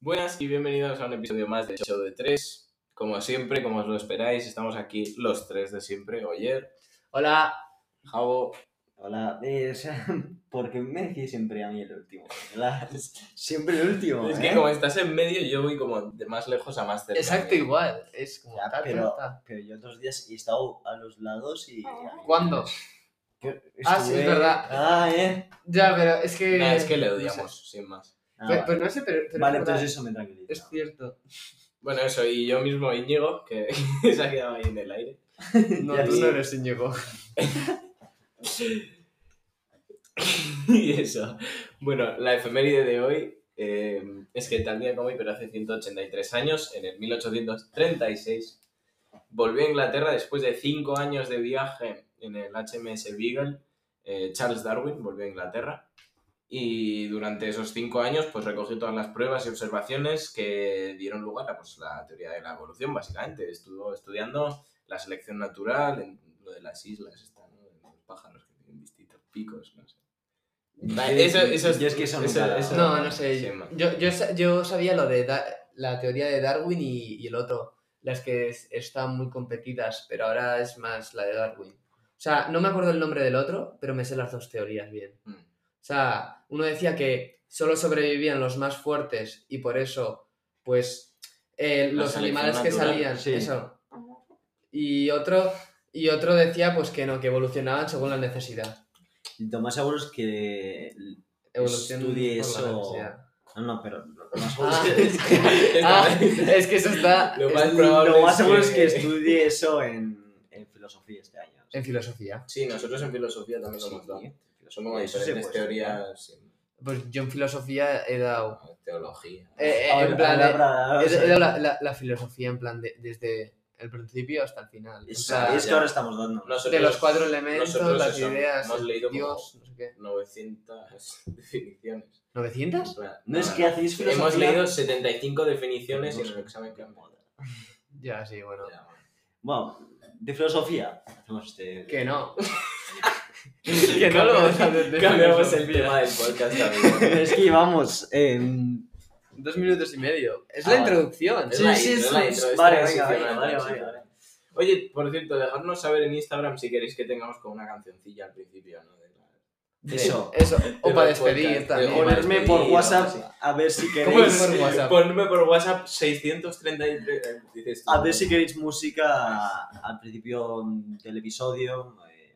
Buenas y bienvenidos a un episodio más de Show de 3. Como siempre, como os lo esperáis, estamos aquí los tres de siempre, Oyer, Hola, Javo, Hola, eh, o sea, ¿por qué me decís siempre a mí el último? ¿Verdad? Siempre el último. Es que ¿eh? como estás en medio, yo voy como de más lejos a más cerca. exacto igual. Es como Ya, ta, ta, pero- ta. Pero yo otros días he estado a los lados y. ¿Cuándo? Que Ah, sí, es estuve- verdad. Ah, eh. Ya, pero es que. Nah, es que le no odiamos, sé. sin más. Ah, Pe- vale. Pues no sé, pero. pero Vale, es entonces verdad, eso me tranquiliza. Es cierto. Bueno, eso, y yo mismo, Íñigo, que se ha quedado ahí en el aire. No, Ya tú sí. no eres Íñigo. y eso. Bueno, la efeméride de hoy eh, es que tal día como hoy, pero hace 183 años, en el 1836, volvió a Inglaterra después de cinco años de viaje en el HMS Beagle. eh, Charles Darwin volvió a Inglaterra y durante esos cinco años pues recogió todas las pruebas y observaciones que dieron lugar a pues, la teoría de la evolución, básicamente. Estuvo estudiando la selección natural, en lo de las islas, está, ¿no? los pájaros que tienen distintos picos, no sé. Vale, Eso- eso es- yo es que eso eso- nunca- eso- No, no sé. Sí, yo- ma. yo, yo, sa- yo sabía lo de Da- la teoría de Darwin y, y el otro. Las que es- están muy competidas, pero ahora es más la de Darwin. O sea, no me acuerdo el nombre del otro, pero me sé las dos teorías bien. Mm. O sea, uno decía que solo sobrevivían los más fuertes y por eso, pues, eh, La los selección animales que natural, salían, sí. eso. Y otro, y otro decía, pues, que no, que evolucionaban según la necesidad. Y Lo más seguro es que. Evolución Estudie por la eso. necesidad. No, no, pero. Lo lo más seguro Ah, es que. ah, es que eso está Lo es- más probable Lo más seguro es es que que- estudie eso en, en filosofía este año. en filosofía. Sí, nosotros en filosofía también somos dado. Son como Eso se diferentes puede teorías, sí, Pues yo en filosofía he dado... teología. eh, eh, estudiar. en plan, eh, Ahora- Ah, he, he dado ahora- la, la- la filosofía en plan de- desde el principio hasta el final. En Es plan, es que ahora estamos dando. Nosotros- de los cuatro elementos, nosotros las eso, ideas, hemos el leído como- Dios, no sé qué. 900 definiciones. ¿900? No es que hacéis filosofía. Hemos leído 75 definiciones y en el examen que han dado. Ya, sí, bueno. Ya, bueno. Bueno, de filosofía. Hacemos este. Que no. que no lo vamos a hacer. de Cambiamos el filosofía. tema del podcast, amigo. Es que vamos. Dos minutos y medio. Es Ah, la vale. introducción. Sí, sí, sí. Vale, Vale, venga, venga, vale, vale, vale, vale. Oye, por cierto, dejadnos saber en Instagram si queréis que tengamos como una cancioncilla al principio, ¿no? De la- Eso. Eh, Eso. O De para los podcasts, despedir también. de Ponerme Poner- Sí, Ponerme por no, sí. WhatsApp a ver si ¿Cómo es queréis. por WhatsApp? Ponme por WhatsApp 633. eh, dices tú, A ver si queréis música al principio del episodio. eh,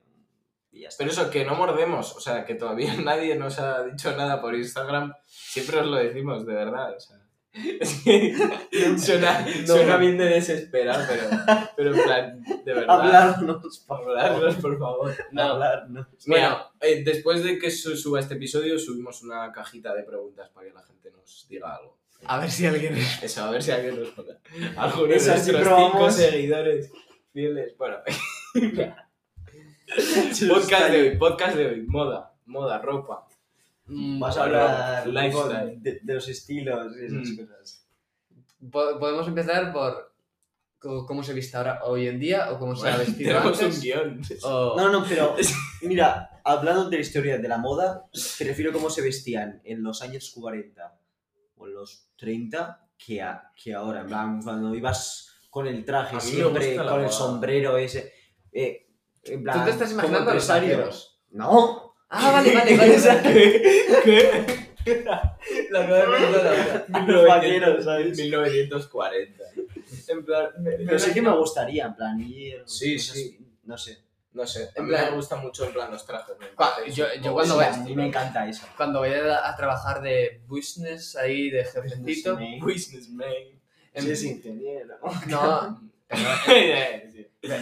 Y ya está. Pero eso, que no mordemos, o sea, que todavía nadie nos ha dicho nada por Instagram, siempre os lo decimos, de verdad, o sea. Es que suena, suena bien de desesperado, pero, pero en plan, de verdad. Hablarnos, por favor. Hablarnos, por favor. No. Hablarnos. Mira, eh, después de que su- suba este episodio, subimos una cajita de preguntas para que la gente nos diga algo. A ver si alguien. Eso, a ver si alguien responde. Algunos Eso de sí nuestros cinco probamos. seguidores fieles. Bueno, podcast Está de ahí. hoy, podcast de hoy. Moda, moda, ropa. Mm, Vas a Bueno, hablar un poco lifestyle. de, de los estilos y esas Mm. cosas. po- Podemos empezar por co- cómo se viste ahora hoy en día o cómo se ha Bueno, vestido tenemos un antes. guión. o- No, no, pero mira, hablando de la historia de la moda, me refiero a cómo se vestían en los años 40 o en los 30 que, a- que ahora. En plan, cuando ibas con el A traje mí me siempre, gusta la con el moda. sombrero ese. eh, en plan, ¿Tú te estás como imaginando a los empresario. vaqueros? No, Ah, vale, vale, vale. vale. La acabo de pensar ahora. 1900, vaqueros, ¿sabes? 1940. En plan, me- me- pero sí que me gustaría, en plan, ir. Sí, cosas- sí. No sé. No sé, En en plan- plan, me gusta mucho en plan los trajes. me Cua- parece yo- un yo poco cuando ese veo- a mí estilo. me encanta eso. Cuando voy a, a trabajar de business ahí, de jefecito. Businessman. en- Sí, es ingeniero. No, Sí,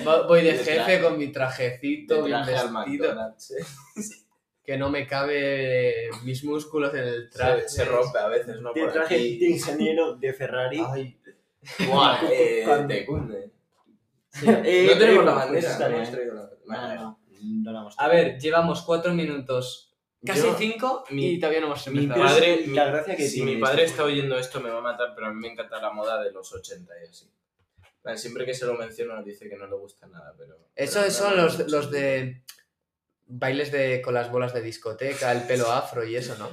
Vo- Voy de De traje. jefe con mi de trajecito, bien traje al vestido, McDonald's. eh. sí. que no me cabe mis músculos en el traje. Se, se rompe a veces, ¿no? De Por traje aquí. Ah, de ingeniero de Ferrari. Ay, Buah, eh, Cuando- te cunde. Eh, no tenemos la pues bandera, está no hemos bien. traído la No, bandera. no, no la hemos a ver, llevamos cuatro minutos, casi Yo- cinco, mi- y todavía no hemos mi empezado. Pero padre- es- la gracia que si tiene mi esto, padre pues. está oyendo esto me va a matar, pero a mí me encanta la moda de los 80 y así. En plan, Siempre que se lo menciono dice que no le gusta nada, pero... Eso pero son me los, gusta los mucho. de bailes de, con las bolas de discoteca, el pelo afro y eso, ¿no?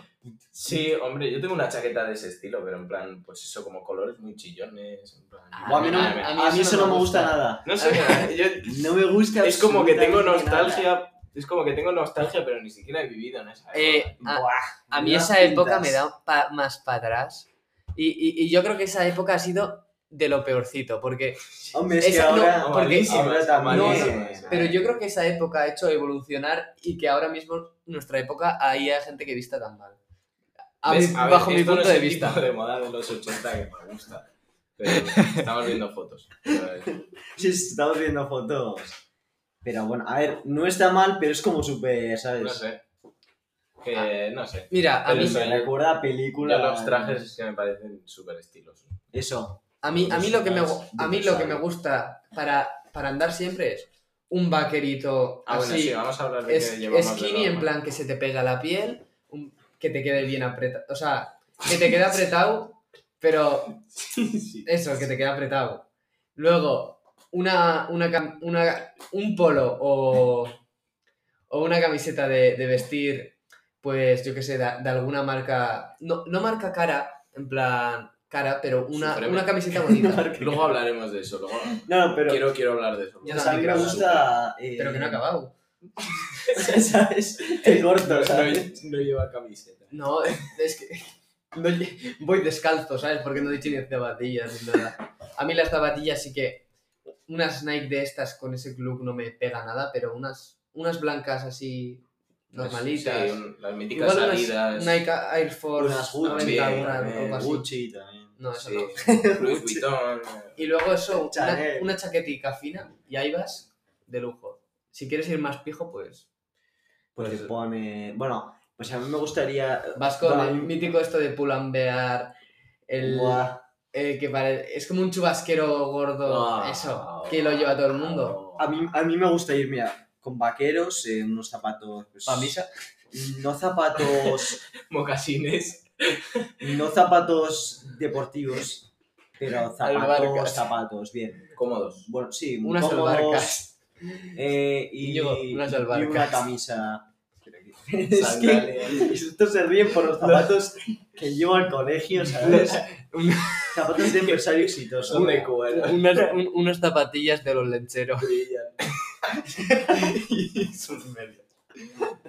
Sí, hombre, yo tengo una chaqueta de ese estilo, pero en plan, pues eso, como colores muy chillones. En plan, Ah, O a mí no, a- me- a mí a mí eso no me gusta gusta. nada. No sé, yo- No me gusta es como que tengo absolutamente nada. nostalgia. Es como que tengo nostalgia, pero ni siquiera he vivido en esa Eh, época. a- Buah, A mí unas esa época pintas. me da pa- más para atrás. Y, y- y yo creo que esa época ha sido de lo peorcito, porque... Hombre, es que esa- no, ahora. porque- Malísimas, ahora también. malísimas. Pero yo creo que esa época ha hecho evolucionar y que ahora mismo nuestra época ahí hay gente que vista tan mal. A ¿Ves? mí- A ver, bajo mi esto no punto es de el vista. tipo de moda de los 80 que me gusta. Pero estamos viendo fotos. Pero, Sí, estamos viendo fotos. Pero bueno, a ver, no está mal, pero es como súper, ¿sabes? No sé. Que, no sé. Mira, a Pero mí, eso- Me recuerda a película. Yo los trajes es que me parecen súper estilosos. Eso. a mí, a mí lo que me, gu- a mí lo que me Dinosaurio. gusta para, para andar siempre es un vaquerito Ah, bueno, así, sí, vamos a hablar de es, que llevamos de skinny en normal. plan que se te pega la piel, un- que te quede bien apretado, o sea, que te quede apretado, pero Sí, sí. eso, que te quede apretado. Luego, una, una, cam- una- un polo o, o una camiseta de, de vestir, pues yo qué sé, de, de alguna marca, no, no marca cara, en plan cara, pero una, Supreme. una camiseta bonita. Luego hablaremos de eso. Luego... No, no, pero. Quiero, quiero hablar de eso. Ya o sea, a mí me Quiero- gusta. eh, Pero que no ha acabado. ¿Sabes? Te corto, No, ¿sabes? no lleva camiseta. No, es que no lle- voy descalzo, ¿sabes? Porque no tiene zapatillas ni nada. A mí las zapatillas sí que unas Nike de estas con ese look no me pega nada, pero unas, unas blancas así normalitas. Pues, Sí, un- las míticas Igual unas salidas. Nike Air Force Unas Gucci. eh, 90, bien, una bien, ropa así. Gucci también. No, eso Sí. no. Louis Vuitton. Y luego eso, una, Chanel. una chaquetica fina y ahí vas de lujo. Si quieres ir más pijo, pues Pues Pues- te pone. Bueno, pues a mí me gustaría. vas con Bueno, a el mí- mítico esto de pull and bear, el... Buah. Eh, que pare- es como un chubasquero gordo, Ah, eso, que lo lleva todo el mundo. A mí, a mí me gusta ir, mira, con vaqueros, eh, unos zapatos. pues, Pa' misa. No zapatos. Mocasines. no zapatos deportivos, pero zapatos, Albarcas. zapatos, bien. Cómodos. Bueno, sí, muy Unas cómodos, albarcas. eh, y, Íñigo, unas y albarcas. una camisa. Es que Sandalias. estos se ríen por los zapatos que llevo al colegio, ¿sabes? Un- zapatos de empresario exitoso. Son de cuero. Unas, un- unas zapatillas de los lecheros. Brillan. y sus medias.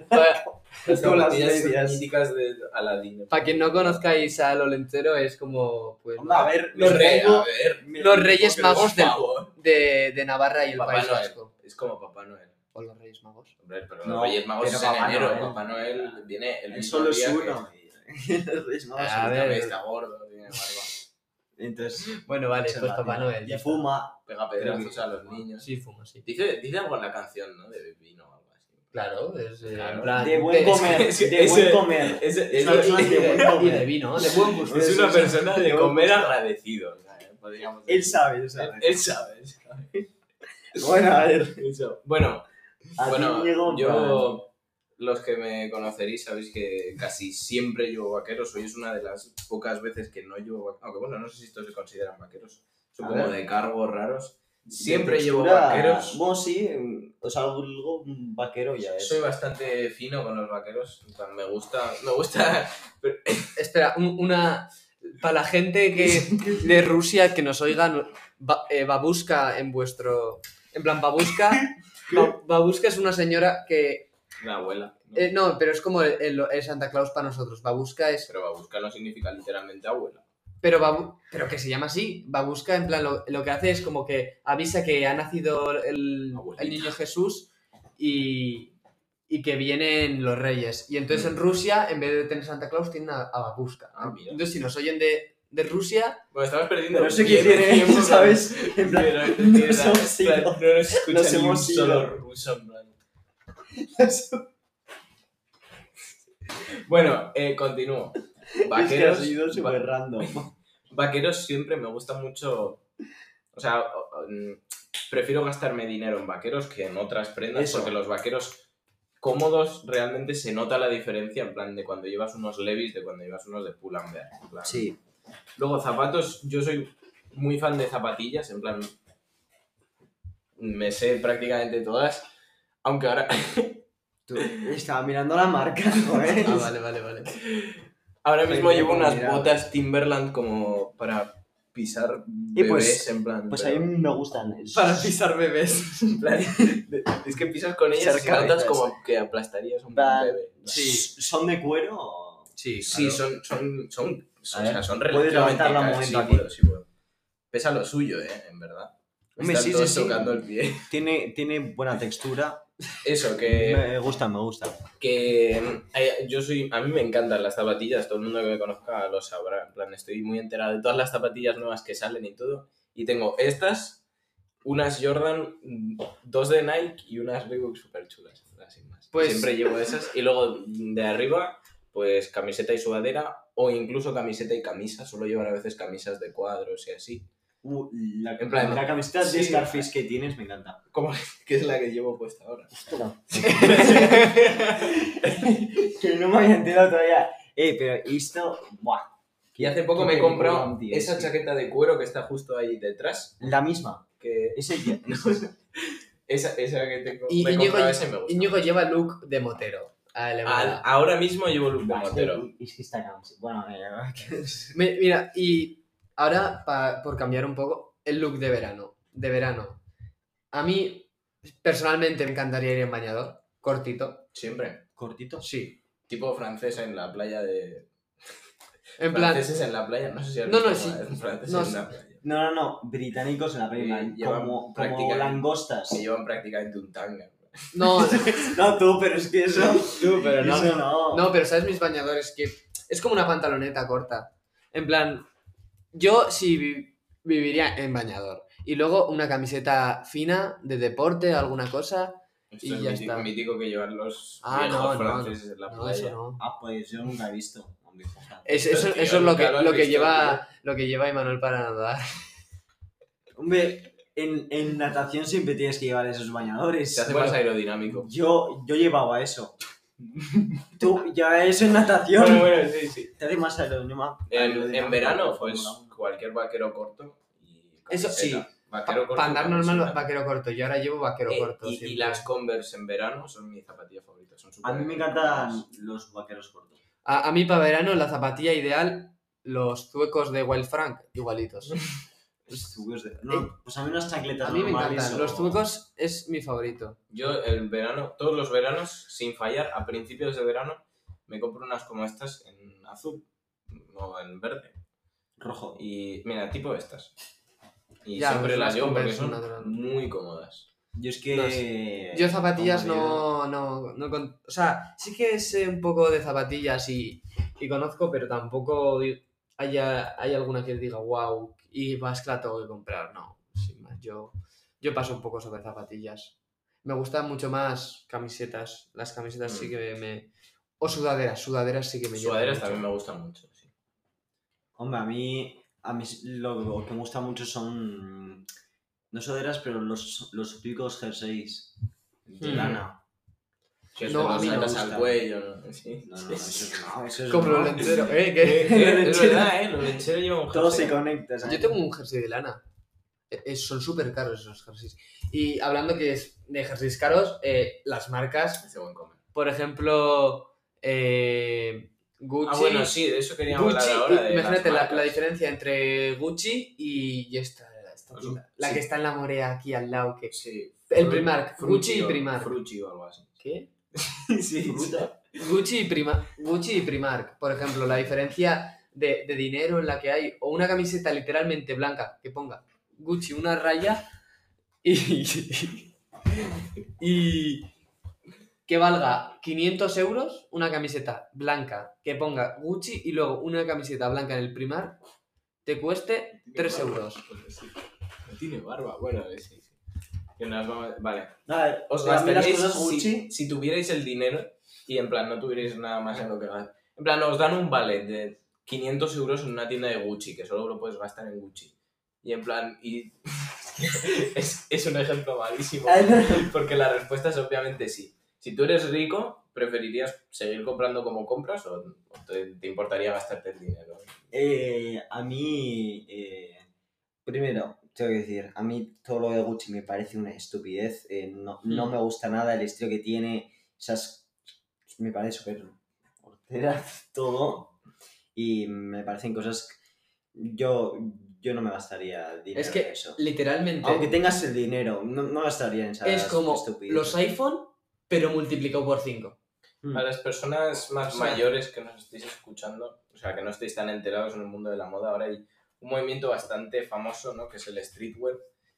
Para, Es como las medias. míticas de Aladino. para quien no conozcáis a los lecheros, es como pues, Hombre, a ver, Los me reyes, pongo- a ver. me- los Reyes Por Magos del- favor. de, de Navarra y el Papá País Noel. Vasco. Es como Papá Noel. O los Reyes Magos. Hombre, pero No, los Reyes Magos pero es en Papá enero. Noel. Papá Noel viene el Él mismo solo es día uno. Es más, A es ver. Que... Está gordo, tiene barba. un- Entonces, Bueno, vale, se pues va, Papá tío. Noel. ya Y está. fuma. Pega pedazos a los niños. Sí, fuma, sí. Dice, dice algo en la canción, ¿no? De vino o algo así. Claro, es eh, Claro. en plan, De buen comer. es que De ese- buen comer. Es, Es una persona de Y buen de comer. vino, de buen gusto. es una sí, persona sí. de comer agradecido. o sea, eh, podríamos Él decir. sabe, él sabe. Él, él sabe. él sabe. Bueno, a ver. Él sabe. Bueno, A ti, Diego, bueno para- yo, los que me conoceréis, sabéis que casi siempre llevo vaqueros. Hoy es una de las pocas veces que no llevo vaqueros. Aunque bueno, no sé si estos se consideran vaqueros. Son A como ver. de cargos raros. de Siempre llevo textura, vaqueros. Vos sí, mm, o sea, algo mm, vaquero ya es. Soy bastante fino con los vaqueros. en plan, Me gusta, me gusta Espera, un- una. Para la gente que, de Rusia que nos oigan, ba- eh, Babushka en vuestro. En plan, Babushka. Ba- Babushka es una señora que. la abuela. ¿no? eh, no, pero es como el, el- el Santa Claus para nosotros. Babushka es. Pero babushka no significa literalmente abuela. Pero, Babu- pero que se llama así. Babushka, en plan, lo, lo que hace es como que avisa que ha nacido el, Abuelita. el niño Jesús y. Y que vienen los reyes. Y entonces en Rusia, en vez de tener Santa Claus, tienen a, a Babushka. Mm. Ah, mira. Entonces, si nos oyen de, de Rusia, Bueno, estamos perdiendo. Pero sé que bien tiene, tiempo, pero- ¿sabes? En plan, Pero, pero- nos hemos en plan, ido. no nos escucha Nos ni un hemos ido. solo ruso, en plan. Bueno, eh, continúo. es que ha Vaqueros, sido va- súper random. vaqueros siempre me gusta mucho. O sea, o- o, mm, prefiero gastarme dinero en vaqueros que en otras prendas Eso. porque los vaqueros cómodos realmente se nota la diferencia en plan de cuando llevas unos Levis de cuando llevas unos de Pull and Bear. en plan. Sí, Luego, zapatos, yo soy muy fan de zapatillas, en plan. Me sé prácticamente todas. Aunque ahora. Tú- estaba mirando la marca, joder. Ah, vale, vale, vale. Ahora Pero mismo ya llevo como unas miraba. botas Timberland como para pisar Y bebés pues- en plan. Pues a pero- mí me gustan. es- Para pisar bebés. en plan, de- es que pisas con ellas y Cerca. notas como que aplastarías un Va. bebé. ¿no? Sí. ¿Son de cuero? o- Sí, Sí, son, claro. son, son, A o ver, sea, son puedes relativamente levantarla un caras. Sí, momento aquí. puedo, sí puedo. Pesa lo suyo, eh, en verdad. Hombre, Están sí, sí, todos sí. tocando el pie. Tiene, tiene buena textura. Eso, que... Me gusta, me gusta. que mm, ay, yo soy a mí me encantan las zapatillas todo el mundo que me conozca lo sabrá en plan estoy muy enterado de todas las zapatillas nuevas que salen y todo y tengo estas unas Jordan mm, dos de Nike y unas Reebok super chulas así más Pues- siempre llevo esas y luego de arriba pues camiseta y sudadera o incluso camiseta y camisa suelo llevar a veces camisas de cuadros y así Uh, la, En plan, la camiseta sí. de Starfish que tienes me encanta. como que es la que llevo puesta ahora que no me había enterado todavía. Eh, pero esto. Buah. y hace poco me he Qué comprado peliculón, tío, esa sí. chaqueta de cuero que está justo ahí detrás La misma. que Es el día. Esa, esa que tengo. Y me he Íñigo, comprado esa y me gusta. Íñigo lleva look de motero. Ah, le mola. Al- ahora mismo llevo look de Buah, es que- motero. Es que está camsi. Bueno, eh, Mi- Mira, y ahora, pa- por cambiar un poco, el look de verano. De verano. A mí, personalmente, me encantaría ir en bañador, cortito. Siempre. cortito. Sí. Tipo francesa en la playa de. En plan, Franceses en la playa, no sé si has No, no, visto sí. alguna vez un francés No, en sí. la playa. No, no, no. Británicos en la película. Eh, llevan como como prácticamente- langostas. Se llevan prácticamente un tanga. no, No, tú, pero es que eso. Tú, pero eso no. no, pero ¿sabes mis bañadores? Que es como una pantaloneta corta. En plan, yo sí vi- viviría en bañador. Y luego una camiseta fina de deporte, alguna cosa. Esto Y es ya mítico, está. mítico que llevan los Ah, viejos no, no, franceses en la No, playa. eso no. Ah, pues yo nunca he visto. un viejo pues, Es- francés. eso, Tío, eso es lo nunca que, lo has lo que visto, lleva lo que lleva Imanol para nadar. Hombre, en, en natación siempre tienes que llevar esos bañadores. Se hace Bueno, más aerodinámico. yo, yo llevaba eso. Tú llevas eso en natación. bueno, sí, sí. Te hace más aerodinámico. En, en verano, pues Fórmula uno. cualquier vaquero corto. Y Eso camiseta. Vaquero corto. Para andar normal camiseta. vaquero corto. Yo ahora llevo vaquero Eh, corto. y- y, siempre. las Converse en verano son mis zapatillas favoritas. Son A mí me encantan los vaqueros cortos. A, a mí para verano la zapatilla ideal, los zuecos de Wild Frank, igualitos. Los tubos de- No, pues a mí unas chancletas A mí me normales encantan. o- Los zuecos es mi favorito. Yo el verano, todos los veranos, sin fallar, a principios de verano, me compro unas como estas en azul o en verde. Rojo. Y mira, tipo estas. Y Ya, siempre pues las las llevo porque Converse son son natural. muy cómodas. Yo es que... No Eh, Yo zapatillas como no, no, no con- O sea, sí que sé un poco de zapatillas y, y conozco, pero tampoco di- haya, hay alguna que diga, wow, y más que la tengo que comprar. No, sin más. Yo, yo paso un poco sobre zapatillas. Me gustan mucho más camisetas. Las camisetas sí Mm. que me... O sudaderas, sudaderas sí que me llenan Sudaderas mucho. también me gustan mucho. sí. Hombre, a mí, a mí lo, lo que me gusta mucho son, no sudaderas, pero los, los típicos jerseys de Hmm. lana. Que No, a no, mí no me al gusta. cuello. ¿no? Sí. No, no, eso es- no, eso es Como los broma. lenteros, ¿eh? Eh, que- eh, es Los lecheros. verdad, ¿eh? Los lecheros llevan un Todo se jersey. conecta, ¿sabes? Yo tengo un jersey de lana. Eh, eh, son súper caros esos jerseys. Y hablando que es de jerseys caros, eh, las marcas, Hace buen comer. Ah, por ejemplo, eh, Gucci. Ah, bueno, sí, de eso quería hablar Gucci, ahora. de imagínate las la- la, marcas. diferencia entre Gucci y y esta, esta Eso, tienda, la sí. que está en la morea aquí al lado. Que... Sí. El Fru- Primark, Frutti Gucci y o- Primark. Frutti o algo así. ¿Qué? sí, Fruta. Gucci y, Prima- Gucci y Primark, por ejemplo, la diferencia de, de dinero en la que hay, o una camiseta literalmente blanca que ponga Gucci una raya y, y que valga 500 euros una camiseta blanca que ponga Gucci y luego una camiseta blanca en el Primark te cueste 3 euros. pues, No tiene barba, bueno, eh, sí, sí. Que nos vamos- Vale. A ver, Os a mí las gastaríais cosas si- Gucci... si, tuvierais el dinero y en plan no tuvierais nada más en lo que gastar. En plan, os dan un vale de 500 euros en una tienda de Gucci, que solo lo puedes gastar en Gucci. Y en plan, y... es, es un ejemplo malísimo. Ay, no. Porque la respuesta es obviamente sí. Si tú eres rico, ¿preferirías seguir comprando como compras o o te, te importaría gastarte el dinero? Eh, a mí, eh, primero, tengo que decir, a mí todo lo de Gucci me parece una estupidez. eh, no, no Mm. me gusta nada el estilo que tiene. esas, me parece súper hortera todo y me parecen cosas, yo, yo no me gastaría dinero Es que- en eso. Literalmente. Aunque tengas el dinero, no, no gastaría en esas es como estupideces. los iPhone, pero multiplicado por 5. Mm. A las personas más O sea- mayores que nos estéis escuchando, o sea, que no estéis tan enterados en el mundo de la moda, ahora hay un movimiento bastante famoso, ¿no? Que es el streetwear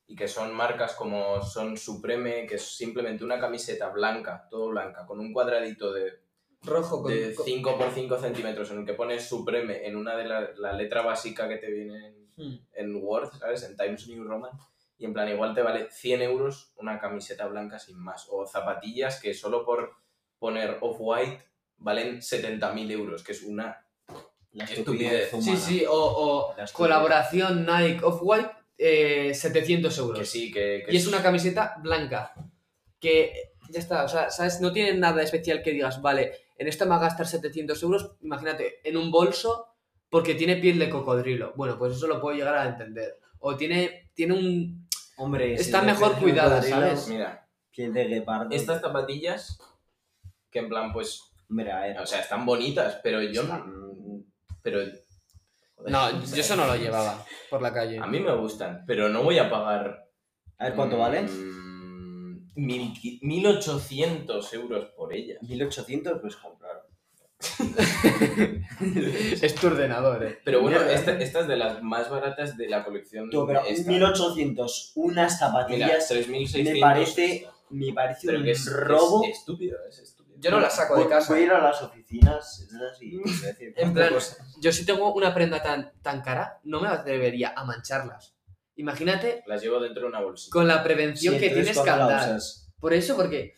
y que son marcas como son Supreme, que es simplemente una camiseta blanca, todo blanca, con un cuadradito de, Rojo con. de con- 5 por 5 centímetros en el que pones Supreme en una de las la letra básica que te viene en, Hmm. en Word, ¿sabes? En Times New Roman. Y en plan, igual te vale 100 euros una camiseta blanca sin más. O zapatillas que solo por poner off-white valen 70.000 euros, que es una... La estupidez. estupidez humana. Sí, sí, o, o La estupidez. colaboración Nike Off-White, eh, 700 euros. Que sí, que... que Y es una camiseta blanca. Que ya está, o sea, ¿sabes? No tiene nada especial que digas, vale, en esta me va a gastar 700 euros, imagínate, en un bolso porque tiene piel de cocodrilo. Bueno, pues eso lo puedo llegar a entender. O tiene, tiene un... Hombre, Está te mejor dejan cuidada, cocodrilo, ¿sabes? Pues Mira, Piel de guepardo. estas zapatillas que en plan, pues... Hombre, a ver. O sea, están bonitas, pero yo... no- Mm, Pero... No, yo eso no lo llevaba por la calle. A mí me gustan, pero no voy a pagar A ver cuánto vale. mm. Mm, mil qui- 1800 euros por ella. 1800 puedes pues comprar. Es tu ordenador, eh. Pero bueno, Mierda. esta, esta es de las más baratas de la Mm, colección. Tú, pero esta. 1800 unas Mira, zapatillas 3600. me parece- esta. me parece Pero un que es, robo. es estúpido, es estúpido. Yo no la saco de Voy- casa. Mm, Voy a ir a las oficinas, es así. voy a decir En cuatro plan, cosas. Yo si tengo una prenda tan, tan cara, no me atrevería a mancharlas. Imagínate Las llevo dentro de una bolsita. con la Sí, prevención que entonces, tienes que ¿cuándo la andar. usas? Por eso, porque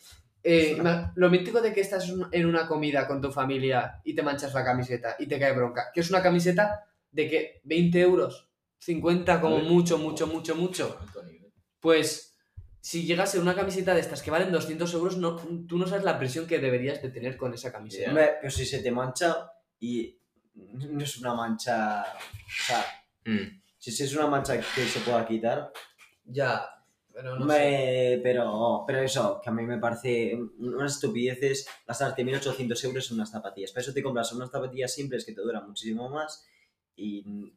eh, ima- lo mítico de que estás un- en una comida con tu familia y te manchas la camiseta y te cae bronca, que es una camiseta de que 20 euros, 50 como A ver. mucho, mucho, mucho, mucho. Alto nivel. Pues si llegas en una camiseta de estas que valen 200 euros, no, tú no sabes la presión que deberías de tener con esa camiseta. Hombre, pero si se te mancha y no es una mancha. O sea, Mm. si si es una mancha que se pueda quitar. Ya, pero Hombre, pero, pero eso, que a mí me parece un- unas estupideces gastarte 1.800 euros en unas zapatillas. Para eso te compras unas zapatillas simples que te duran muchísimo más y,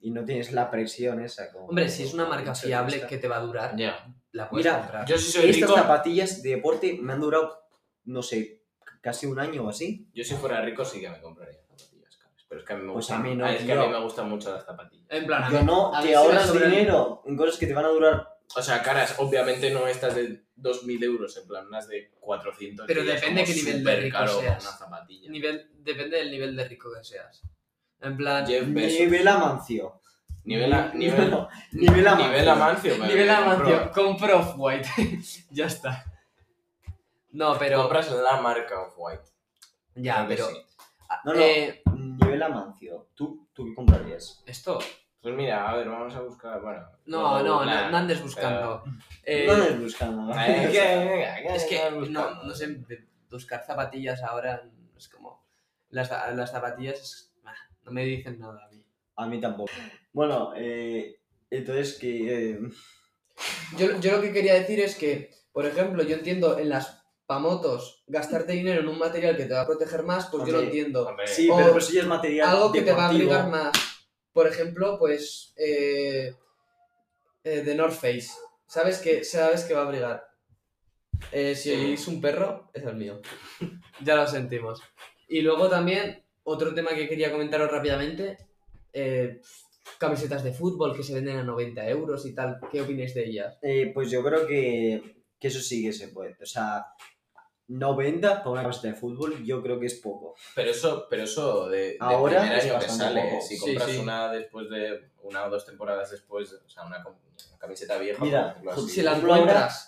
y no tienes la presión esa. como- Hombre, si es una marca Mucho fiable gusta. que te va a durar, Ya. la puedes Mira, comprar. Yo si soy Estas rico, zapatillas de deporte me han durado, no sé, casi un año o así. yo si fuera rico sí que me compraría zapatillas caras. Pero es que a mí me Pues gustan, a mí no, ah, es que a tío. mí me gustan mucho las zapatillas. En plan, a Yo mí- no, a mí se te me ahorras sobran- dinero en cosas que te van a durar. O sea, caras, obviamente no estas de 2.000 euros, en plan unas de 400. Pero que ya son depende qué nivel de súper rico caro seas. Una zapatilla. nivel, depende del nivel de rico que seas. En plan, Jeff Bezos. Nivel Amancio. Nivel, a- nivel, No, nivel Amancio. nivel Amancio. me- nivel me Amancio, compro. compro Off-White. ya está. No, pero. Compras la marca Off-White. Ya, Creo que pero. sí. No, no, eh, nivel Amancio. ¿Tú, ¿Tú qué comprarías? esto. Pues mira, a ver, vamos a buscar. Bueno. No, no, nah, no, no andes pero- buscando. Eh, no andes buscando. Eh, ¿qué- qué- qué- es qué que andas no, buscando? no sé, de- buscar zapatillas ahora es como. Las, za- las zapatillas es- bah, no me dicen nada a mí. A mí tampoco. Bueno, eh, entonces que... eh, Yo, yo lo que quería decir es que, por ejemplo, yo entiendo en las pamotos gastarte dinero en un material que te va a proteger más, pues yo lo Hombre, entiendo. Hombre, sí, O pero eso ya es material algo que te va a deportivo. abrigar más. Por ejemplo, pues eh, eh, The North Face. Sabes que, sabes que va a abrigar. Eh, si Sí. es un perro, es el mío. ya lo sentimos. Y luego también, otro tema que quería comentaros rápidamente. eh, camisetas de fútbol que se venden a 90 euros y tal. ¿Qué opináis de ellas? Eh, pues yo creo que, que eso sí que se puede. O sea, 90 para una camiseta de fútbol yo creo que es poco. Pero eso, pero eso de, de Ahora primer es año que bastante sale. poco. Si Sí, compras sí. una después de. Una o dos temporadas después, o sea, una, com- una camiseta vieja. Mira, por decirlo así. Sí, Si las por ahora- encuentras.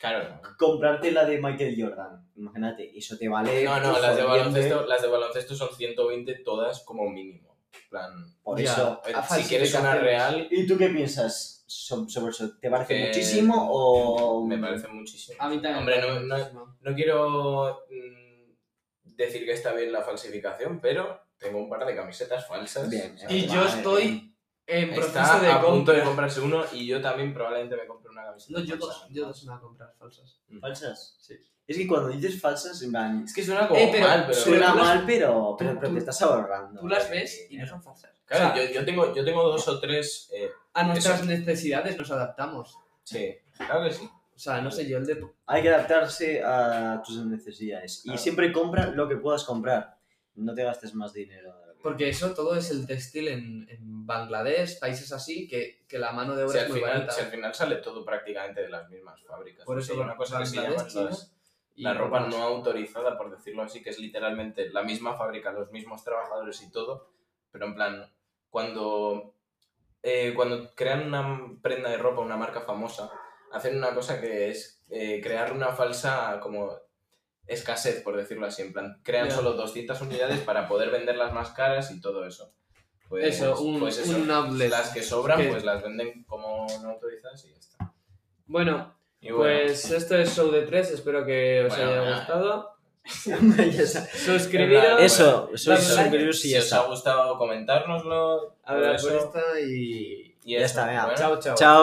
Claro. Comprarte la de Michael Jordan, imagínate, eso te vale... No, no, pues, las de, jodiendo, baloncesto, las de baloncesto son 120 todas como mínimo. En plan, Por Ya. eso. eh, A si quieres una falsificaciones. real, ¿Y tú qué piensas so- sobre eso? ¿Te parece Eh, muchísimo o...? me parece muchísimo. A mí también. Hombre, no, no, no quiero mm, decir que está bien la falsificación, pero tengo un par de camisetas falsas. Bien, eh, O sea, Y Vale, yo vale. estoy En proceso Está de a punto de compra. comprarse uno y yo también probablemente me compre una camiseta. No, yo falsa, dos, yo dos me voy a comprar falsas. ¿Falsas? Sí. Es que cuando dices falsas, en plan, Es que suena como Eh, pero- mal, pero... suena tú las- mal, pero, pero, tú- pero tú- te estás ahorrando. eh, Tú las ves y no son falsas. Claro, O sea, yo, yo tengo, yo tengo dos o tres... eh, a nuestras eso. necesidades nos adaptamos. sí, claro que sí. O sea, no sé, yo el de... Hay que adaptarse a tus necesidades. Y Claro. siempre compra lo que puedas comprar. No te gastes más dinero. de lo que- Porque eso todo es el textil en, en Bangladesh, países así, que, que la mano de obra Si es al, muy final, barata. si al final sale todo prácticamente de las mismas fábricas. Por O eso sea, hay una cosa que se llama Bangladesh, China las- y la ropa otras. no autorizada, por decirlo así, que es literalmente la misma fábrica, los mismos trabajadores y todo, pero en plan, cuando, eh, cuando crean una prenda de ropa, una marca famosa, hacen una cosa que es eh, crear una falsa como escasez, por decirlo así, en plan, crean Ya. solo 200 unidades para poder venderlas más caras y todo eso. Pues, Eso, un, pues eso, un outlet. Las que sobran, que- pues las venden como no autorizadas y ya está. Bueno, Y bueno, pues esto es Show de 3, espero que os Bueno, haya nada. gustado. Ya está. Suscribiros. Eso, soy Dale like. Supervirus y si ya os ha está. gustado comentárnoslo, A ver, pues, todo por eso. esta y... Y Ya eso, está, venga, bueno. Chao, chao. Chao.